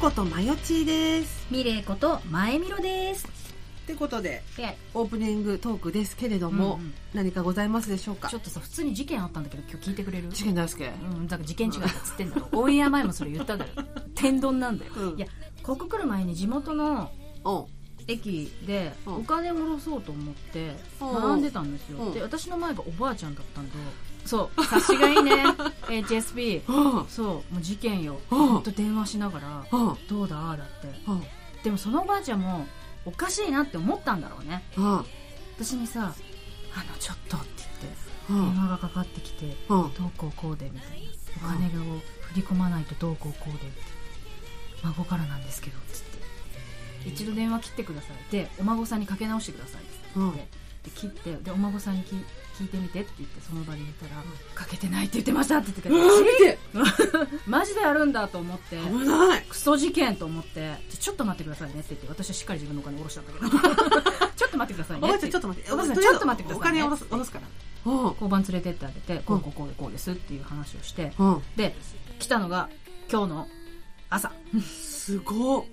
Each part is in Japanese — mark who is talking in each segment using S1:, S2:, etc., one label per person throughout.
S1: ことまよちーです
S2: ミレイこと前みろです。
S1: ってことで
S2: で、
S1: オープニングトークですけれども、
S2: うんうん
S1: 何かございますでしょうか
S2: ちょっとさ普通に事件あったんだけど今日聞いてくれる？
S1: チキン大好き、
S2: うん、だから事件違いだっつってんだろ。オンエア前もそれ言っただろ。天丼なんだよ。
S1: うん
S2: いや、ここ来る前に地元の
S1: おう
S2: 駅で
S1: うん
S2: お金を下ろそうと思って
S1: うん
S2: 並んでたんです
S1: う
S2: よ。
S1: ん
S2: で、私の前がおばあちゃんだったんで、そう、察しがいい ね。HSP。
S1: うん
S2: そう、もう事件よ。
S1: うん
S2: ほんと電話しながら、
S1: うんうん
S2: どうだああだって。
S1: うん
S2: でもそのおばあちゃんもおかしいなって思ったんだろうね。
S1: うん
S2: 私にさ「あのちょっと」って言って
S1: うん
S2: 電話がかかってきて「
S1: うん
S2: どうこうこうで」みたいな「お金を振り込まないとどうこうこうで」って孫からなんですけど」っつって「一度電話切ってください」で「お孫さんにかけ直してください」っつって、
S1: うん
S2: で切ってでお孫さんにき聞いてみてって言ってその場に言ったら「かけてないって言ってました」って言ってから
S1: うん見て
S2: マジであるんだと思って
S1: 危ない
S2: クソ事件と思って「ちょっと待ってくださいね」って言って私はしっかり自分のお金下ろし たんだけど「ちょっと待ってください
S1: お
S2: ね」
S1: ばあち
S2: っ
S1: ゃ
S2: て
S1: んちょっと待って
S2: おばあちゃん
S1: り
S2: ち
S1: あえ
S2: ょっ
S1: ず
S2: と待って
S1: お
S2: ください
S1: 金
S2: ね
S1: 下ろす下ろすからうんうん
S2: 交番連れてってあげて、こうこうこうでこうですっていう話をして、で、来たのが今日の朝。
S1: すご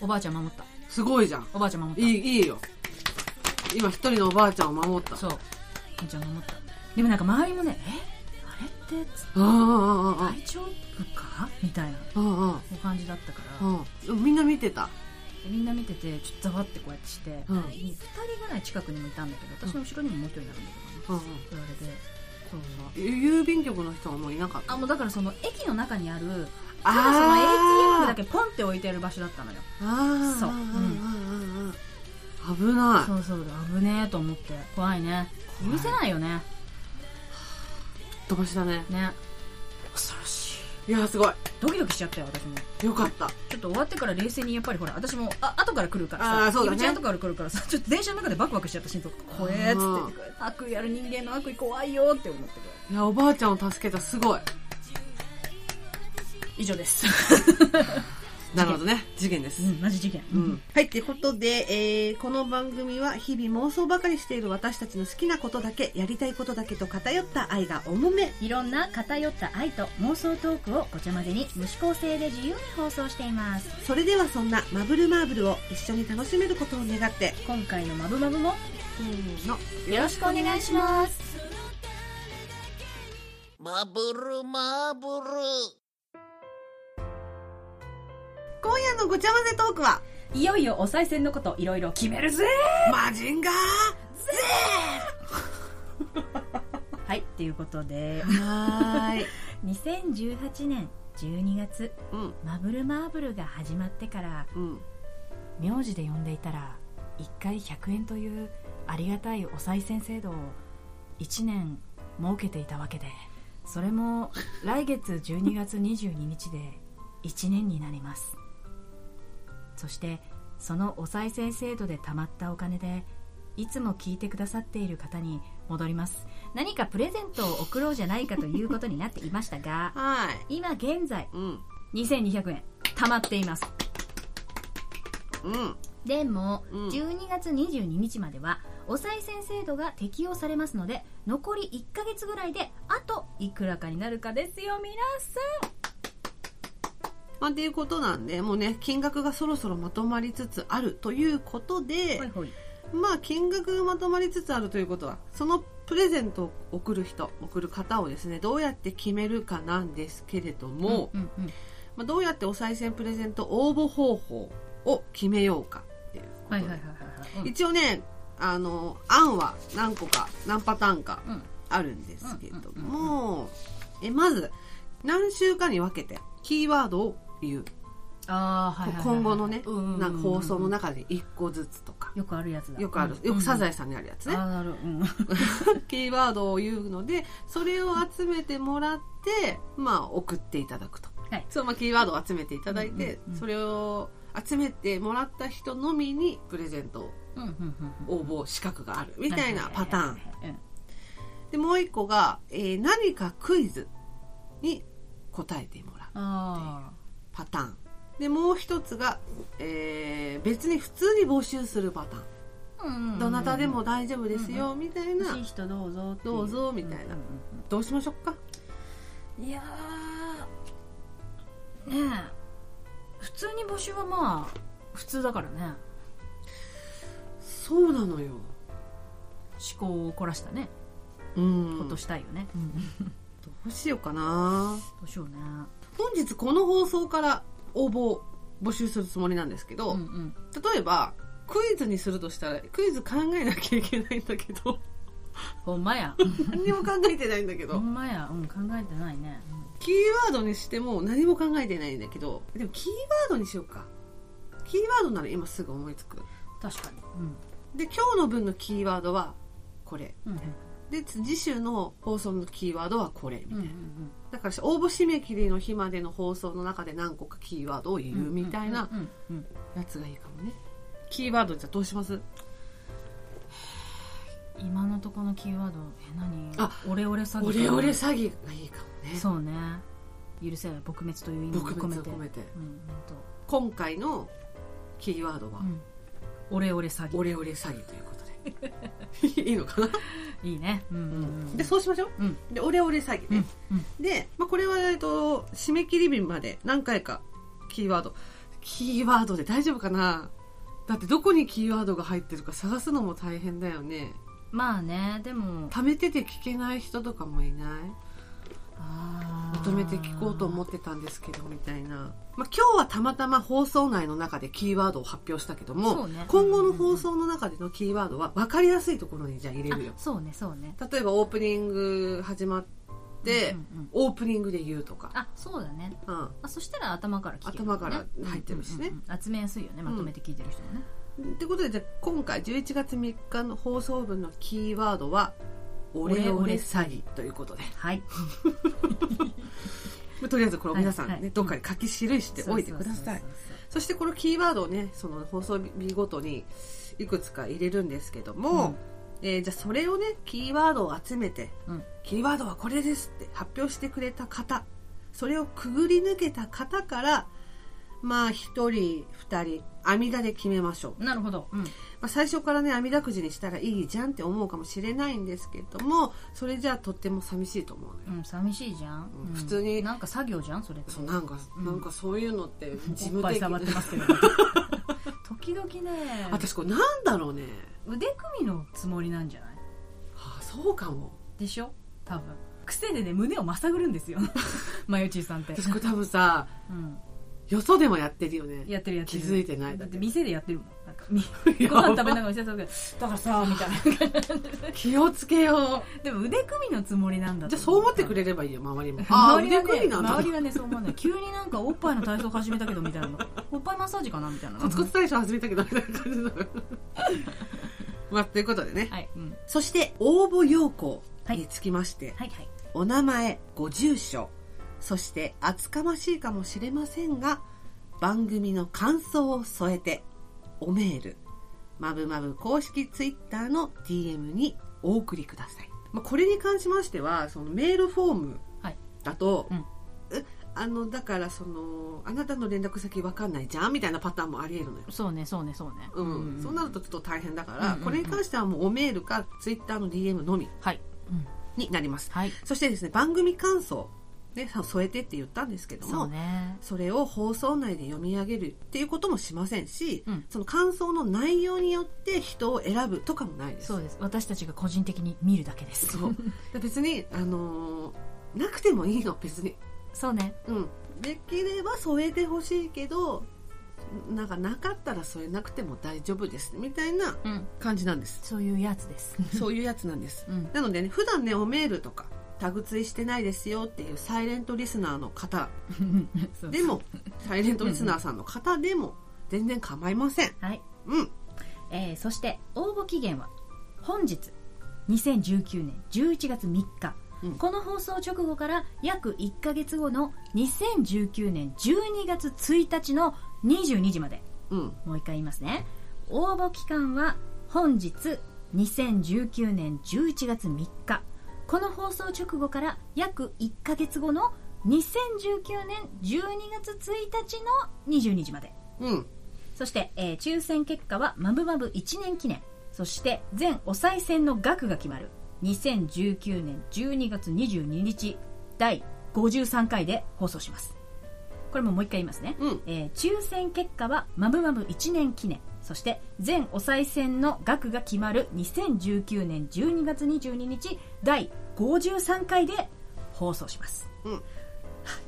S2: おばあちゃん守った。
S1: すごいじゃん
S2: おばあちゃん守
S1: い
S2: っ
S1: いいいよ今一人のおばあちゃんを守った
S2: た。そう。おばあちゃん守った。でもなんか周りもね、えあれってつ
S1: うんうんうんうん
S2: 大丈夫かみたいな
S1: うんうん
S2: お感じだったから、
S1: うんみんな見てた
S2: でみんな見てて、ちょっとざわってこうやってして、
S1: う
S2: 二
S1: ん
S2: 2人ぐらい近くにもいたんだけど、私の後ろにももう一人いるんだけ
S1: うんうん
S2: どね、言われて、そう
S1: 郵便局の人はもういなかった
S2: あ、もうだからその駅の中にある、
S1: あ
S2: ただその ATM だ
S1: け
S2: けポンって置いてある場所だったのよ。
S1: ああ
S2: そう
S1: うん
S2: うん
S1: うんうん危ない
S2: そうそう危ねえと思って怖いね
S1: 怖い
S2: 許せないよね
S1: 飛ばしだね
S2: ね恐ろし
S1: いやすごい
S2: いドキドキしちゃったよ私も
S1: よかった
S2: ちょっと終わってから冷静にやっぱりほら私もあ後から来るから
S1: あ
S2: さ
S1: ーそうだね
S2: ゆみちゃん後から来るからさちょっと電車の中でバクバクしちゃった心臓怖えっつってて悪意ある人間の悪意怖いよって思ってくる
S1: いやおばあちゃんを助けたすごい
S2: 以上です
S1: なるほどね事件です
S2: うんマジ事件
S1: うんはい、ということで、えーこの番組は日々妄想ばかりしている私たちの好きなことだけ、やりたいことだけと偏った愛が重め。
S2: いろんな偏った愛と妄想トークをごちゃ混ぜに無視構性で自由に放送しています
S1: それではそんなマブルマーブルを一緒に楽しめることを願って、
S2: 今回の「まぶまぶ」も
S1: せーの。
S2: よろしくお願いします
S3: マブルマブル
S1: 今夜のごちゃ混ぜトークは、
S2: いよいよお賽銭のこといろいろ決めるぜ
S1: マジンガー
S2: はい、っていうこと で、
S1: はーい。
S2: 2018年12月、
S1: うん、
S2: マブルマーブルが始まってから、
S1: うん。、
S2: 名字で呼んでいたら、1回100円というありがたいお賽銭制度を1年設けていたわけで、それも来月12月22日で1年になります。そして、そのお賽銭制度で貯まったお金で、いつも聞いてくださっている方に戻ります。何かプレゼントを贈ろうじゃないかということになっていましたが
S1: はい。
S2: 今現在
S1: うん、
S2: 2200円貯まっています。
S1: うん。
S2: でも、
S1: うん
S2: 12月22日まではお賽銭制度が適用されますので残り1ヶ月ぐらいであといくらかになるかですよ皆さ
S1: まあ、っていうことなんで、もうね、金額がそろそろまとまりつつあるということで、
S2: んほいほい
S1: まあ金額がまとまりつつあるということはそのプレゼントを送る人送る方をですねどうやって決めるかなんですけれども、
S2: うんうん
S1: まあ、どうやってお賽銭プレゼント応募方法を決めようかっていうこと
S2: は
S1: で、
S2: いはいはいはいはい
S1: 一応ねあの案は何個か何パターンか
S2: うんうん
S1: あるんですけども、えまず何週間に分けてキーワードを言う、
S2: ああはいはいはい
S1: 今後のね、
S2: うんうんうんうん
S1: なんか放送の中で1個ずつとか、
S2: よくあるやつだ
S1: よくある、
S2: うん
S1: よくサザエさんにあるやつ
S2: う
S1: ね
S2: ん、ああなるうん
S1: キーワードを言うのでそれを集めてもらって、まあ、送っていただくと、
S2: はい
S1: そうまあ、キーワードを集めていただいて、
S2: うんうんうん
S1: それを集めてもらった人のみにプレゼント
S2: うんうんうんうん
S1: 応募資格があるみたいなパターン
S2: はいはいはいはい
S1: でもう一個が、えー何かクイズに答えてもらう
S2: あ
S1: パターンでもう一つが、えー別に普通に募集するパターン、
S2: あうんうんうん
S1: どなたでも大丈夫ですよ、みたいな、
S2: 欲しい人どうぞってい
S1: どうぞみたいな
S2: うんうんうん
S1: どうしましょうか
S2: いやーねえ普通に募集はまあ普通だからね
S1: そうなのよ
S2: 思考を凝らしたね
S1: うん
S2: ことしたいよね、うん
S1: どうしようかな
S2: どうしようね
S1: 本日この放送から応募を募集するつもりなんですけど、
S2: うんうん
S1: 例えばクイズにするとしたらクイズ考えなきゃいけないんだけ ど
S2: ほんまや
S1: 何にも考えてないんだけ
S2: ほ
S1: ど
S2: んまやうん考えてないね、
S1: キーワードにしても何も考えてないんだけどでもキーワードにしようかキーワードなら今すぐ思いつく
S2: うん確かに
S1: で今日の分のキーワードはこれ
S2: うんうん
S1: で次週の放送のキーワードはこれみたい
S2: うんう
S1: な、
S2: んうん
S1: だから応募締め切りの日までの放送の中で何個かキーワードを言うみたいな
S2: うんうんうん
S1: やつがいいかもねキーワードじゃあどうします
S2: 今のとこのキーワードえ何
S1: あ
S2: オレオレ詐欺
S1: オレオレ詐欺がいいかもね
S2: そうね許せない撲滅という意味を
S1: 撲
S2: 込め
S1: 滅を
S2: て
S1: 込めて
S2: うんうんと
S1: 今回のキーワードは
S2: うんオレオレ詐欺
S1: オレオレ詐欺ということ でいいのかな、
S2: いいねうんうんうん
S1: でそうしましょう、
S2: うん
S1: でオレオレ詐欺
S2: うんう
S1: ね
S2: ん、
S1: で、まあ、これは、えっと、締め切り日まで何回かキーワードキーワードで大丈夫かなだってどこにキーワードが入ってるか探すのも大変だよね
S2: まあねでも
S1: 貯めてて聞けない人とかもいない
S2: あー
S1: まとめて聞こうと思ってたんですけどみたいな、まあ、今日はたまたま放送内の中でキーワードを発表したけど
S2: そ
S1: も、
S2: うね
S1: 今後の放送の中でのキーワードは分かりやすいところにじゃあ入れるよ
S2: あそうねそうね
S1: 例えばオープニング始まって、
S2: うんうんうん
S1: オープニングで言うとか、
S2: あそうだね
S1: うん、
S2: あそしたら頭から聞ける
S1: 頭から入ってるしね
S2: うんうんうん集めやすいよねまとめて聞いてる人もね
S1: ってことでじゃあ今回11月3日の放送分のキーワードは「オレオレ詐欺」ということで
S2: はい
S1: まあとりあえずこれを皆さんね、
S2: はいはい
S1: どっかに書き記しておいてください
S2: そうそうそう
S1: そしてこのキーワードをねその放送日ごとにいくつか入れるんですけど
S2: う
S1: も
S2: ん、
S1: えーじゃあそれをねキーワードを集めて
S2: そううん
S1: キーワードはこれですって発表してくれた方それをくぐり抜けた方からまあ1人2人網田で決めましょう
S2: なるほど、うん、
S1: まあ、最初からね網だくじにしたらいいじゃんって思うかもしれないんですけどもそれじゃあとっても寂しいと思うのよ、
S2: うん、寂しいじゃん、
S1: うん
S2: うん
S1: 普通に
S2: なんか作業じゃんそれって
S1: そうなんか、
S2: うん
S1: なんかそういうのって事
S2: おっ
S1: 務
S2: ぱい
S1: 的
S2: 触って
S1: に
S2: ま すけど時々ね
S1: 私これなんだろうね
S2: 腕組みのつもりなんじゃない
S1: ああそうかも
S2: でしょ多分癖でね胸をまさぐるん ですよまゆちーさんって、
S1: 私これ多分さ
S2: うん、
S1: よそでもやってるよね
S2: やってるやってる
S1: 気づいてない
S2: だ
S1: だ
S2: っ
S1: ってて
S2: 店でやってるもんなん かみ
S1: や
S2: ご飯食べながら 店で食べてだからさみたいな感
S1: 気をつけ よ
S2: じでも腕組みのつもりなんだ
S1: う
S2: と
S1: じゃ
S2: 思
S1: あそう思ってくれればいいよ周りもああ
S2: 周り
S1: 腕
S2: はね
S1: 組みなんだ
S2: 周りはねそう思わない急になんかおっぱいの体操始めたけどみたいな おっぱいマッサージかなみたいな
S1: コツコツ対処始めたけどみたいな感じなの よまあということでね、
S2: はい、うん、
S1: そして応募要項
S2: はい
S1: につきまして、
S2: はいはい
S1: お名前ご住所そして厚かましいかもしれませんが番組の感想を添えておメールまぶまぶ公式ツイッターの DM にお送りください、まあ、これに関しましてはそのメールフォーム
S2: はい
S1: だと、
S2: うん
S1: えあのだからそのあなたの連絡先わかんないじゃんみたいなパターンもありえるのよ
S2: そうねそうねそうね
S1: うん、そうなる
S2: と
S1: とちょっと大変だから、
S2: うんうんうん
S1: これに関してはもうおメールかツイッターの DM のみ
S2: はい、うん、
S1: になります
S2: はい
S1: そしてですね番組感想、ね、さ添えてって言ったんですけども
S2: そ
S1: そ,、
S2: うね
S1: れを放送内で読み上げるっていうこともしませんし、
S2: うん
S1: その感想の内容によって人を選ぶとかもないです
S2: そうです私たちが個人的に見るだけです
S1: そう で別に、あのーなくてもいいの別に、
S2: そうね
S1: うん、できれば添えてほしいけどなんかなかったら添えなくても大丈夫ですみたいな
S2: うん
S1: 感じなんです
S2: そういうやつです
S1: そういうやつなんです
S2: うん
S1: なのでね普段ねおメールとかタグツイしてないですよっていうサイレントリスナーの方
S2: そう
S1: でも、サイレントリスナーさんの方でも、全然構いません。
S2: はい、
S1: うん。
S2: えー、そして応募期限は本日2019年11月3日、
S1: うん
S2: この放送直後から約1ヶ月後の2019年12月1日の22時まで
S1: うん。
S2: もう一回言いますね応募期間は本日2019年11月3日この放送直後から約1ヶ月後の2019年12月1日の22時まで
S1: うん。
S2: そして、えー抽選結果はまぶまぶ1年記念そして全お賽銭の額が決まる2019年12月22日第53回で放送しますこれももう一回言いますね、
S1: うん
S2: えー抽選結果はまぶまぶ1年記念そして全お賽銭の額が決まる2019年12月22日第53回で放送します、
S1: うん
S2: はあ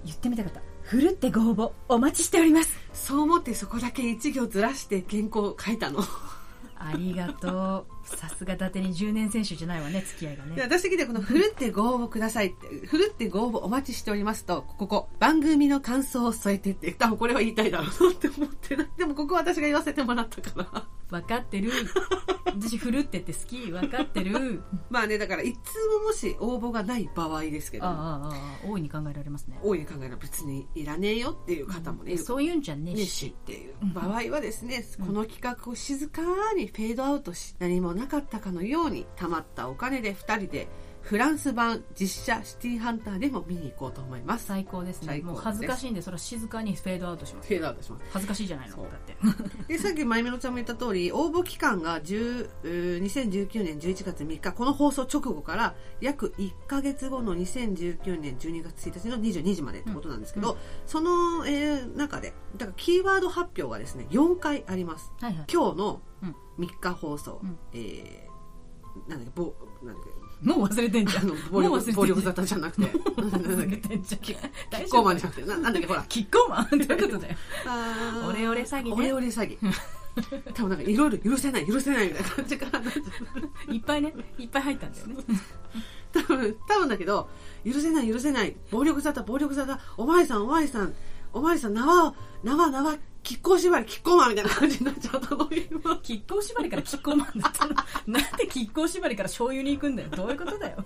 S2: 言ってみたかったふるってご応募お待ちしております
S1: そう思ってそこだけ一行ずらして原稿を書いた の
S2: ありがとうさすが伊達に10年選手じゃないわね付き合いが
S1: で
S2: ね
S1: 私的にはこの「ふるってご応募ください」って「ふるってご応募お待ちしておりますと」ここ番組の感想を添えてって多分これは言いたいだろうなって思ってないでもここは私が言わせてもらったから
S2: 分かってる私ふるってって好き分かっ てる
S1: まあねだからいつももし応募がない場合ですけ
S2: ああ
S1: ど
S2: ああああ大いに考えられますね
S1: 大いに考えれば別にいらねえよっていう方もね、いる
S2: そういうんじゃねえ
S1: ねし
S2: し
S1: っていう場合はですね、この企画を静かにフェードアウトし何もなかったかのように貯まったお金で2人でフランス版実写シティーハンターでも見に行こうと思いますフ
S2: 最高ですね
S1: 最高です
S2: もう恥ずかしいんでそれは静かにフェードアウトします
S1: ェードアウトします
S2: 恥ずかしいじゃないの
S1: そう
S2: だって
S1: でさっきまゆみのちゃんも言った通り応募期間が10うー2019年11月3日この放送直後から約1か月後の2019年12月1日の22時までってことなんですけど、その、えー中でだからキーワード発表がですね4回あります
S2: はいはい
S1: 今日の
S2: うん
S1: 3日放送、
S2: うん
S1: えーなんだっけぼなんだっけ
S2: もう忘れてんじゃ
S1: あ
S2: ん
S1: の
S2: もう
S1: 暴力暴
S2: 忘れ
S1: 力
S2: て
S1: 沙
S2: んじゃん
S1: 汰じゃなくてなんだっ
S2: 忘れ
S1: け
S2: てん じゃん大
S1: コー
S2: 丈
S1: マン
S2: 夫
S1: じゃなくてななんだっけほら
S2: キッコーマン ということだよ
S1: あー
S2: オレオレ詐欺ね
S1: オレオレ詐欺多分なんかいろいろ許せない許せないみたいな感じかない
S2: っぱいねいっぱい入ったんだよね
S1: 多分多分だけど許せない許せない暴力沙汰暴力沙汰おまわりさんおまわりさんおまわりさん縄縄縄亀甲縛り亀甲マンみたいな感じになっちゃったの今
S2: キッコー縛りからキッコーマンだったのなんでキッコー縛りから醤油に行くんだよどういうことだ よ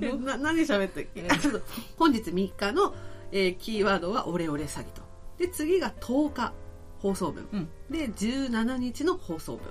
S1: えな何喋ったっけあちょっと本日3日の、えーキーワードは「オレオレ詐欺と」で次が10日放送分、
S2: うん
S1: で17日の放送分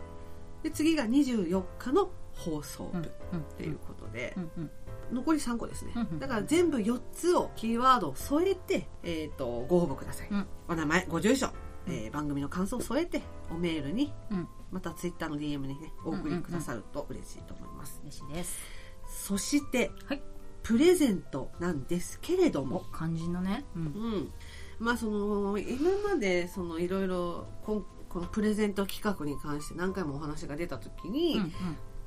S1: で次が24日の放送
S2: う
S1: 分
S2: んうん
S1: ということで、
S2: うんうん
S1: 残り3個ですね、
S2: うんうん
S1: だから全部4つをキーワードを添えて、えー、とご応募ください、
S2: うん
S1: お名前ご住所、えー番組の感想を添えておメールに
S2: うん
S1: またツイッターの DM にねお送りくださると嬉しいと思います、
S2: 嬉しいです
S1: そして、
S2: はい
S1: プレゼントなんですけれど
S2: お
S1: も、
S2: 肝心のねうん
S1: うん、まあその今までそのいろいろこんこのプレゼント企画に関して何回もお話が出た時に、
S2: うんうん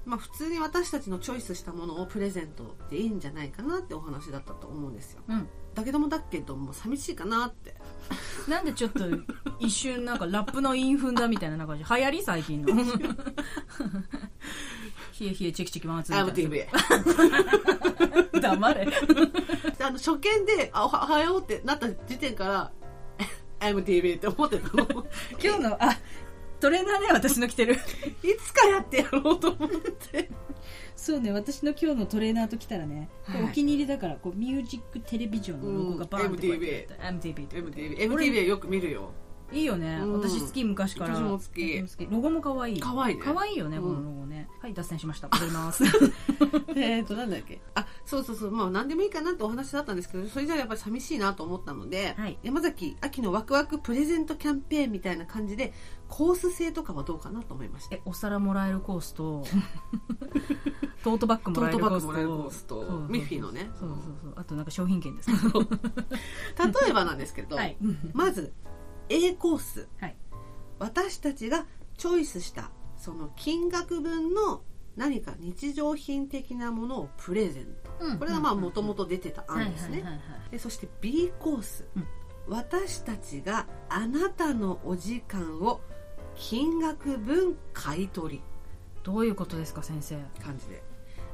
S1: まあ、普通に私たちのチョイスしたものをプレゼントでいいんじゃないかなってお話だったと思うんですよ
S2: うん
S1: だけどもだけども寂しいかなって
S2: なんでちょっと一瞬なんかラップの韻踏んだみたいな感じ流行り最近 の冷え冷えチェキチェキマンツーみたいな
S1: MTV
S2: 黙れ
S1: あの初見で「あおはおはよう」ってなった時点から 「MTV」って思ってたの
S2: 今日のあトレーナーね私の着てる
S1: いつかやってやろうと思って
S2: そうね私の今日のトレーナーと来たらね、
S1: はい
S2: お気に入りだからこうミュージックテレビジョンのロゴがバーンってこうやって MTV ってこうやって
S1: MTV
S2: こ
S1: MTV
S2: れ
S1: はよく見るよ
S2: いいよね、
S1: うん
S2: 私好き昔から
S1: 私も好き
S2: 私もロゴも可愛い
S1: 可愛いね
S2: 可愛いよね、
S1: うん
S2: このロゴねはい脱線し ました戻ります
S1: えっとなんだっけあそうそうそうまあ何でもいいかなってお話だったんですけどそれじゃやっぱり寂しいなと思ったので、
S2: はい
S1: 山崎秋のワクワクプレゼントキャンペーンみたいな感じでコース制とかはどうかなと思いました
S2: えお皿もらえるコースと トートバッグもらえるコース
S1: トートバッグも
S2: と
S1: らえるコースと
S2: そうそうそう
S1: ミッフィーのね
S2: そうそうそうあとなんか商品券ですけど
S1: 例えばなんですけど、
S2: はい
S1: まず A コース
S2: はい
S1: 私たちがチョイスしたその金額分の何か日常品的なものをプレゼントこれがまあもともと出てた案ですね
S2: はいはいはいはい
S1: でそして B コース、
S2: うん
S1: 私たちがあなたのお時間を金額分買い取り
S2: どういうことですか先生
S1: 感じで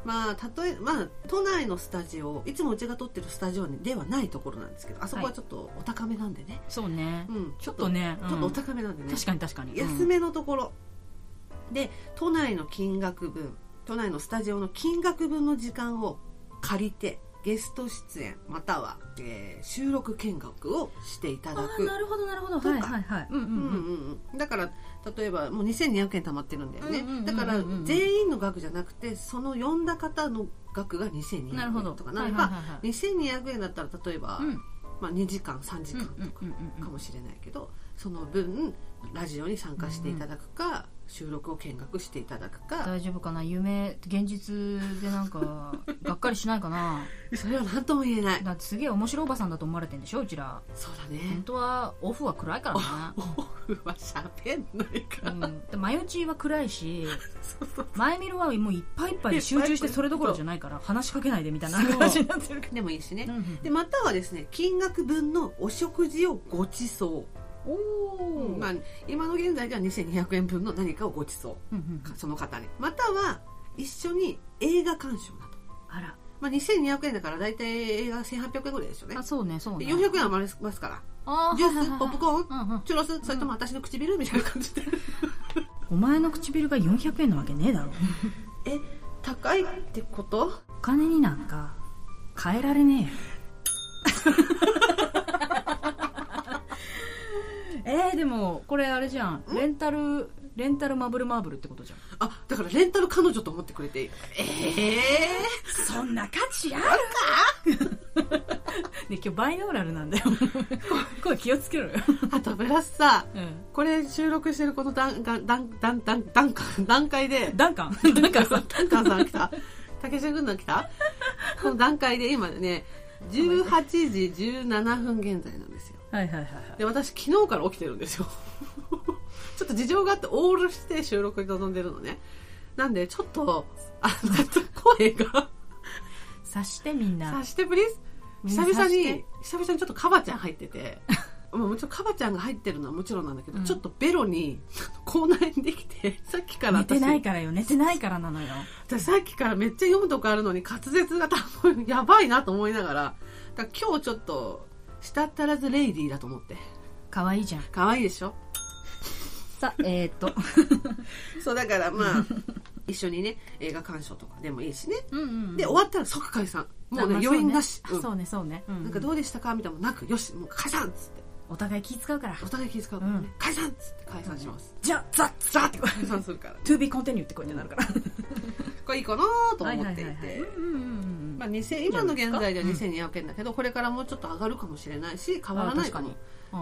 S1: まあ例えまあ都内のスタジオいつもうちが撮ってるスタジオではないところなんですけどあそこはちょっとお高めなんでね、
S2: そうね、
S1: うん
S2: ちょっとね
S1: ちょっと
S2: う
S1: お
S2: ん
S1: 高めなんでね、
S2: 確かに確かに
S1: 安めのところで都内の金額分都内のスタジオの金額分の時間を借りてゲスト出演または、えー収録見学をしていただ
S2: あー
S1: く
S2: なるほどなるほど
S1: とか
S2: はいはいはいうんうん
S1: うん
S2: う
S1: う
S2: ん
S1: んうん、だから例えばもう2200円貯まってるんだよね、
S2: うんうんうんうん
S1: だから全員の額じゃなくてその呼んだ方の額が2200
S2: なるほど
S1: 円とかなれ
S2: はいはい
S1: ば
S2: はいはい
S1: 2200円だったら例えば、
S2: うん
S1: まあ、2時間3時間とか
S2: うんうんうんうん
S1: かもしれないけどその分ラジオに参加していただくか、収録を見学していただくか
S2: 大丈夫かな夢現実でなんかがっかりしないかな
S1: それは何とも言えない
S2: だってすげえ面白おばさんだと思われてんでしょうちら
S1: そうだね
S2: 本当はオフは暗いからな
S1: オフは喋んないか
S2: う
S1: ら、
S2: ん、で前打ちは暗いし
S1: そうそう
S2: 前見るはもういっぱいいっぱいで集中してそれどころじゃないから話しかけないでみたいな感じになってるか
S1: でもいいしね、
S2: ら、うん
S1: でまたはですね金額分のお食事をご馳走、
S2: おお
S1: まあ、今の現在では2200円分の何かをご馳走
S2: うんうん
S1: かその方にまたは一緒に映画鑑賞など、
S2: あら
S1: まあ、2200円だから大体映画1800円ぐらいですよね
S2: あそうねそう
S1: で
S2: ね
S1: 400円余りますから
S2: あ
S1: ジュース
S2: はいはいはい
S1: ポップコーン
S2: うんうん
S1: チュロスそれとも私の唇みたいな感じで
S2: お前の唇が400円なわけねえだろ
S1: え高いってこと
S2: お金になんか変えられねえ よえー、でもこれあれじゃんレンタルレンタルマブルマーブルってことじゃん
S1: あだからレンタル彼女と思ってくれていいええ
S2: そんな価値あるか ね今日バイノーラルなんだ よ声気をつけろよ、
S1: あとブラスさ
S2: うん、
S1: これ収録してるこの段段段段段段段階で
S2: ダンカン ダンカンさん
S1: タンカーさん来た竹下軍団来たこの段階で今ね18時17分現在なんですよ
S2: はいはいはいはい
S1: で私昨日から起きてるんですよ ちょっと事情があってオールして収録に臨んでるのねなんでちょっとあの声が
S2: 察してみんな
S1: さしてプリース
S2: みんな
S1: 久々
S2: 察し
S1: に
S2: て
S1: 久々にちょっとカバちゃん入って てまあもちろんカバちゃんが入ってるのはもちろんなんだけど、
S2: うん
S1: ちょっとベロに口内炎できて さっきから
S2: 寝てない
S1: か
S2: からよ寝てないからなのよ
S1: 私さっきからめっちゃ読むとこあるのに滑舌が多分やばいなと思いながらだから今日ちょっと舌足らずレイディーだと思って
S2: 可愛いじゃん
S1: 可愛いでしょ
S2: さえー、っと
S1: そうだからま あ一緒にね映画鑑賞とかでもいいしね
S2: うんうんうん
S1: で終わったら即解散もうね
S2: あまあ
S1: 余韻なし、
S2: そう
S1: う
S2: ね
S1: ん
S2: そうねそうね、うん
S1: なんかどうでしたかみたいなのもなくよしもう解散っつって
S2: お互い気使うから
S1: お互い気遣うからね、
S2: うん
S1: 解散っつって解散します、
S2: じゃあザッ
S1: ザーって解散するから
S2: To be continued って声になるから
S1: これいいかなと思ってい
S2: はいはいはい
S1: て
S2: はいうんうんうん
S1: まあ2000今の現在では2200円だけど、これからもうちょっと上がるかもしれないし変わらないかも
S2: うん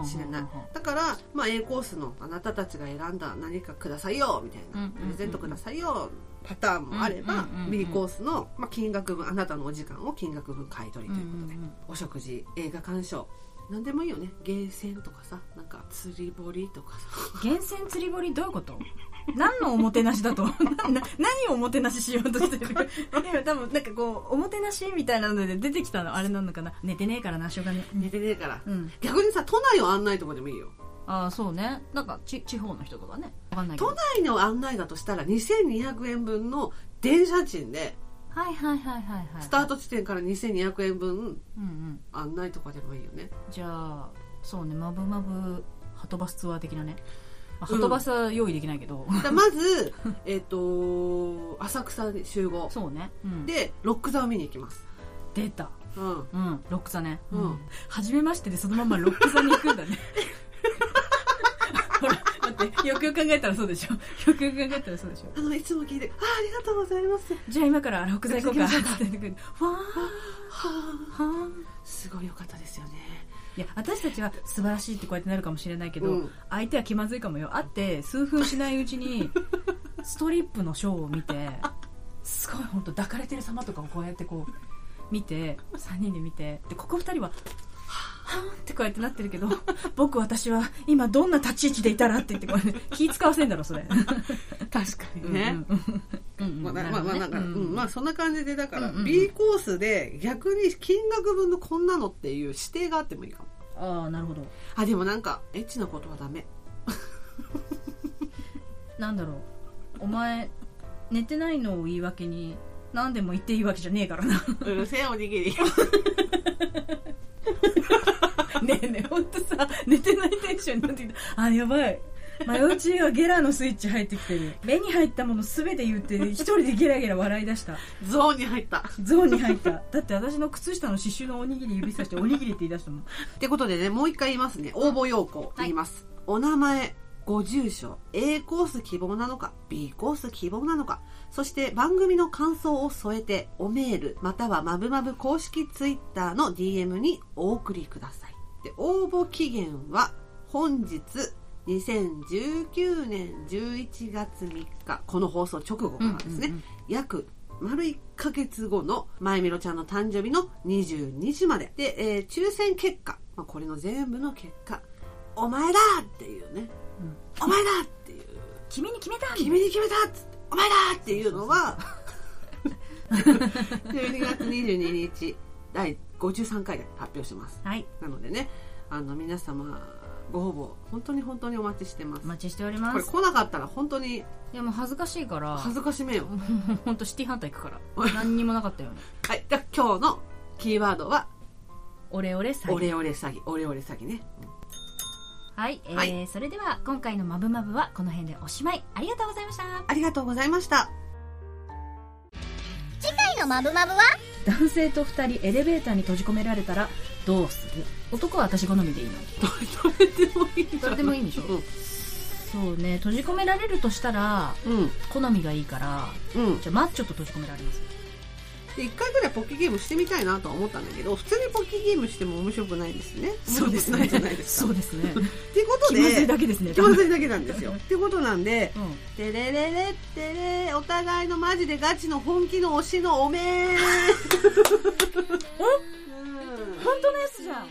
S1: しれない
S2: うんうんうん
S1: だから、まあ、A コースのあなたたちが選んだ何かくださいよみたい
S2: うん
S1: な
S2: うん
S1: プレゼントくださいよパターンもあれば
S2: うんうんうんうん
S1: B コースの、まあ、金額分あなたのお時間を金額分買い取りということで、
S2: うんうんうん
S1: お食事映画鑑賞何でもいいよねゲーセンとかさなんか釣り堀とかさ
S2: 源泉釣り堀どういうこと何のおもてなしだと なな何をおもてなししようとしてる 今多分なんかこうおもてなしみたいなので出てきたのあれなのかな寝てねえからなしょうがねえ
S1: 寝てねえから、
S2: うん
S1: 逆にさ都内を案内とかでもいいよ
S2: ああそうねなんかち地方の人とかねわかんないけど
S1: 都内の案内だとしたら2200円分の電車賃で
S2: はいはいはいはいはい
S1: スタート地点から2200円分
S2: うんうん
S1: 案内とかでもいいよね
S2: じゃあそうねまぶまぶはとバスツアー的なねまあ
S1: うん
S2: はとバスは用意できないけど、
S1: だからまず、 えっと浅草に集合
S2: そうね、うん、
S1: でロック座を見に行きます、
S2: 出た
S1: うん、
S2: うんロック座ね
S1: うん
S2: 初めましてでそのままロック座に行くんだね ほら待ってよくよく考えたらそうでしょよくよく考えたらそうでしょ
S1: あのいつも聞いてあありがとうございます
S2: じゃあ今からロック座行こうかって言ってく るわ
S1: はあ
S2: ーはー
S1: すごい良かったですよね
S2: いや私たちは素晴らしいってこうやってなるかもしれないけど、
S1: うん
S2: 相手は気まずいかもよ会って数分しないうちにストリップのショーを見てすごい本当抱かれてる様とかをこうやってこう見て3人で見てでここ2人ははぁってこうやってなってるけど僕私は今どんな立ち位置でいたらって言ってこう、ね、気使わせんだろそれ
S1: 確かにね、
S2: うんうんうんうん
S1: ま
S2: う
S1: あ、
S2: ん
S1: な
S2: なる
S1: まあ
S2: ほ
S1: まあ
S2: どね
S1: なんか、うん
S2: うん
S1: まあそんな感じでだから、
S2: うんうん
S1: B コースで逆に金額分のこんなのっていう指定があってもいいかも
S2: ああなるほど
S1: あでもなんかエッチなことはダ メ
S2: なんだろうお前寝てないのを言い訳に何でも言っていいわけじゃね えからな
S1: うるせえおにぎり
S2: ねえねえ、ほんとさ、寝てないテンションになってきた。あ、やばい。マヨチーはゲラのスイッチ入ってきてる。目に入ったものすべて言って、一人でゲラゲラ笑い出した。
S1: ゾーンに入ったっ
S2: ゾーンに入った。だって私の靴下の刺繍のおにぎり指さして、おにぎりって言い出したもん。
S1: てことでねもう一回言いますね応募要項言います、お名前ご住所 A コース希望なのか B コース希望なのかそして番組の感想を添えておメールまたはまぶまぶ公式ツイッターの DM にお送りくださいで応募期限は本日2019年11月3日この放送直後からですね、
S2: うんうんうん
S1: 約丸1ヶ月後のまゆみろちゃんの誕生日の22時までで、えー抽選結果、まあ、これの全部の結果「お前だ!」っていうね「
S2: うん
S1: お前だ!」っていう
S2: 君に決めた
S1: 「
S2: んだ
S1: 君に決めた!」っつって「お前だ!」っていうの は12月22日第53回で発表します
S2: はい
S1: なのでねあの皆様ご応募本当に本当にお待ちしてます
S2: お待ちしており
S1: こ
S2: ま
S1: れ
S2: す
S1: 来なかったら本当に
S2: いやもう恥ずかしいから
S1: 恥ずかしめよ
S2: 本当シティハンター行くから何にもなかったよね
S1: はいじゃあ今日のキーワードは
S2: オレオ
S1: 「
S2: レ詐欺
S1: オレオレ詐欺」オレオレ詐欺ね
S2: はい、えー
S1: はい
S2: それでは今回の「まぶまぶ」はこの辺でおしまいありがとうございました
S1: ありがとうございました
S3: 次回のマブマブは
S2: 男性と2人エレベーターに閉じ込められたらどうする男は私好みでいいの
S1: どれでもいいじゃん
S2: どれでもいいんでしょそうね閉じ込められるとしたら
S1: うんうん
S2: 好みがいいから
S1: うん
S2: じゃあマッチョと閉じ込められます
S1: で1回ぐらいポッキーゲームしてみたいなとは思ったんだけど普通にポッキーゲームしても面白くないですね面白くないじゃないですか
S2: そうですね
S1: っていうこと
S2: 気まずい
S1: で
S2: だけですね
S1: 気まずいだけなんですよっていうことなんで
S2: うん
S1: てれれれってれお互いのマジでガチの本気の推しのおめえうん
S2: 本当のやつじゃん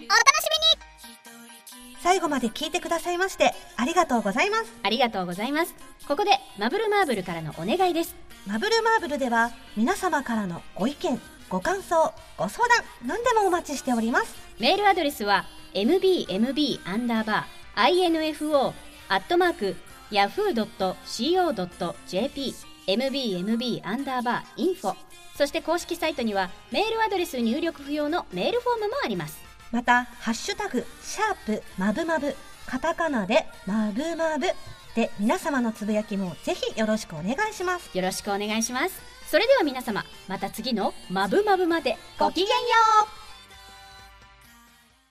S4: 最後まで聞いてくださいましてありがとうございます
S5: ありがとうございます。ここで、マブルマーブルからのお願いです。
S4: マブルマーブルでは皆様からのご意見ご感想ご相談何でもお待ちしております
S5: メールアドレスは、mbmb-info-yahoo.co.jp、mbmb-info。そして公式サイトには、メールアドレス入力不要のメールフォームもあります。
S4: また「ハッシュタグシャープマブマブ」カタカナで「マブマブ」で皆様のつぶやきもぜひよろしくお願いします
S5: よろしくお願いします。それでは皆様、また次のマブマブまでごきげんよう